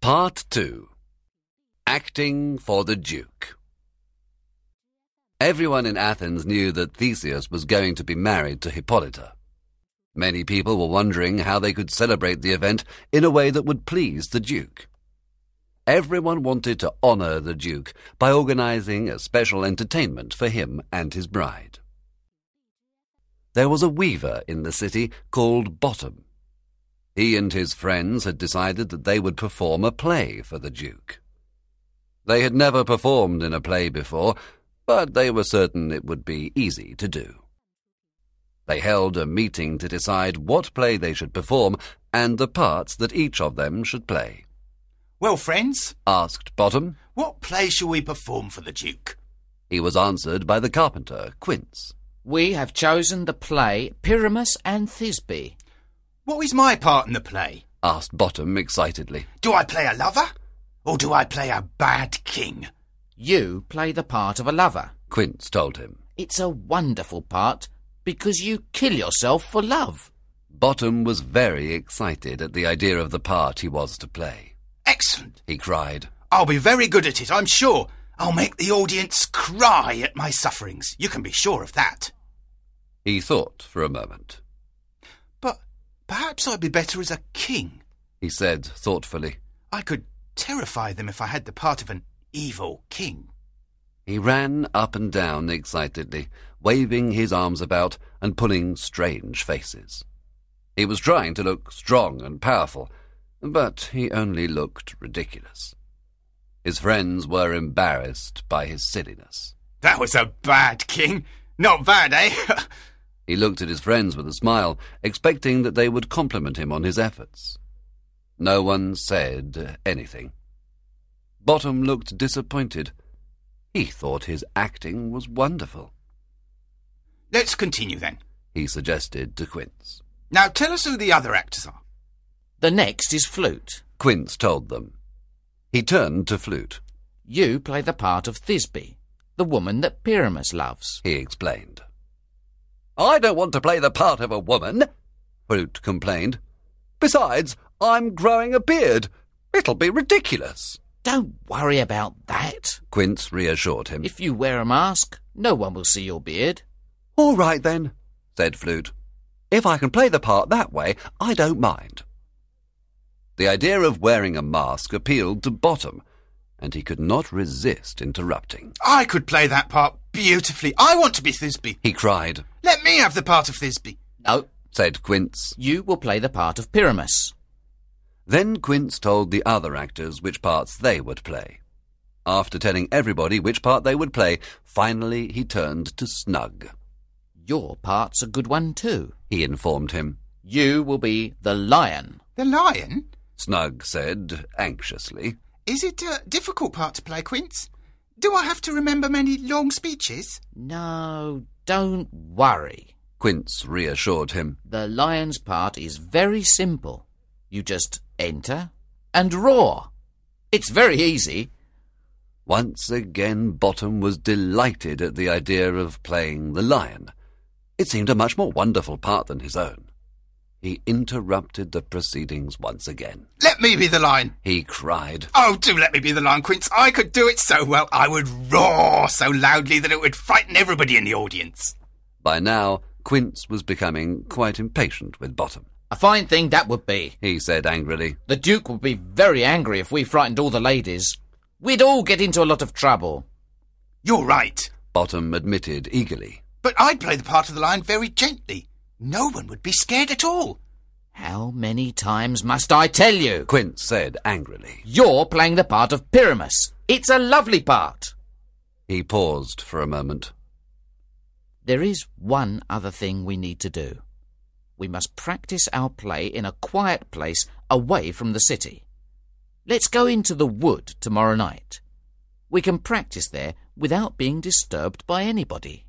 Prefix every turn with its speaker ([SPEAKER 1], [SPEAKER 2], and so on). [SPEAKER 1] Part 2 Acting for the Duke. Everyone in Athens knew that Theseus was going to be married to Hippolyta. Many people were wondering how they could celebrate the event in a way that would please the Duke. Everyone wanted to honor the Duke by organizing a special entertainment for him and his bride. There was a weaver in the city called Bottom. He and his friends had decided that they would perform a play for the Duke. They had never performed in a play before, but they were certain it would be easy to do. They held a meeting to decide what play they should perform and the parts that each of them should play.
[SPEAKER 2] Well, friends,
[SPEAKER 1] Asked Bottom,
[SPEAKER 2] what play shall we perform for the Duke?
[SPEAKER 1] he was answered by the carpenter, Quince.
[SPEAKER 3] We have chosen the play Pyramus and Thisbe.
[SPEAKER 2] What is my part in the play?
[SPEAKER 1] Asked Bottom excitedly.
[SPEAKER 2] Do I play a lover? Or do I play a bad king?
[SPEAKER 3] You play the part of a lover.
[SPEAKER 1] Quince told him.
[SPEAKER 3] It's a wonderful part because you kill yourself for love.
[SPEAKER 1] Bottom was very excited at the idea of the part he was to play.
[SPEAKER 2] Excellent.
[SPEAKER 1] He cried,
[SPEAKER 2] I'll be very good at it, I'm sure. I'll make the audience cry at my sufferings. You can be sure of that.
[SPEAKER 1] He thought for a moment.
[SPEAKER 2] But perhaps I'd be better as a king.
[SPEAKER 1] He said thoughtfully.
[SPEAKER 2] I could terrify them if I had the part of an evil king.
[SPEAKER 1] He ran up and down excitedly, waving his arms about and pulling strange faces. He was trying to look strong and powerful, but he only looked ridiculous. His friends were embarrassed by his silliness.
[SPEAKER 2] That was a bad king. Not bad, eh?
[SPEAKER 1] He looked at his friends with a smile, expecting that they would compliment him on his efforts. No one said anything. Bottom looked disappointed. He thought his acting was wonderful,
[SPEAKER 2] Let's continue then.
[SPEAKER 1] he suggested to Quince.
[SPEAKER 2] Now tell us who the other actors are.
[SPEAKER 3] The next is flute.
[SPEAKER 1] Quince told them. He turned to Flute,
[SPEAKER 3] You play the part of Thisbe, the woman that Pyramus loves.
[SPEAKER 1] he explained. I don't want to play the part of a woman, Flute complained. Besides, I'm growing a beard. It'll be ridiculous,
[SPEAKER 3] Don't worry about that.
[SPEAKER 1] Quince reassured him.
[SPEAKER 3] If you wear a mask, no one will see your beard.
[SPEAKER 1] All right then, said Flute. If I can play the part that way, I don't mind. The idea of wearing a mask appealed to Bottom, and he could not resist interrupting.
[SPEAKER 2] I could play that part beautifully. I want to be Thisbe.
[SPEAKER 1] He cried,
[SPEAKER 2] Let me have the part of Thisbe.
[SPEAKER 3] No,
[SPEAKER 1] said Quince.
[SPEAKER 3] you will play the part of Pyramus.
[SPEAKER 1] Then Quince told the other actors which parts they would play. After telling everybody which part they would play, finally he turned to Snug.
[SPEAKER 3] Your part's a good one too.
[SPEAKER 1] He informed him.
[SPEAKER 3] You will be the lion.
[SPEAKER 2] The lion?
[SPEAKER 1] Snug said anxiously.
[SPEAKER 2] Is it a difficult part to play, Quince? Do I have to remember many long speeches?
[SPEAKER 3] No, don't worry.
[SPEAKER 1] Quince reassured him.
[SPEAKER 3] The lion's part is very simple. You just enter and roar. It's very easy.
[SPEAKER 1] Once again, Bottom was delighted at the idea of playing the lion. It seemed a much more wonderful part than his own. He interrupted the proceedings once again.
[SPEAKER 2] Let me be the lion.
[SPEAKER 1] He cried,
[SPEAKER 2] Oh, do let me be the lion, Quince. I could do it so well. I would roar so loudly that it would frighten everybody in the audience.
[SPEAKER 1] By now, Quince was becoming quite impatient with Bottom.
[SPEAKER 3] A fine thing that would be.
[SPEAKER 1] He said angrily,
[SPEAKER 3] The Duke would be very angry if we frightened all the ladies. We'd all get into a lot of trouble.
[SPEAKER 2] You're right.
[SPEAKER 1] Bottom admitted eagerly.
[SPEAKER 2] But I'd play the part of the lion very gently. No one would be scared at all.
[SPEAKER 3] How many times must I tell you?
[SPEAKER 1] Quince said angrily.
[SPEAKER 3] You're playing the part of Pyramus. It's a lovely part.
[SPEAKER 1] He paused for a moment.
[SPEAKER 3] There is one other thing we need to do. We must practice our play in a quiet place away from the city. Let's go into the wood tomorrow night. We can practice there without being disturbed by anybody.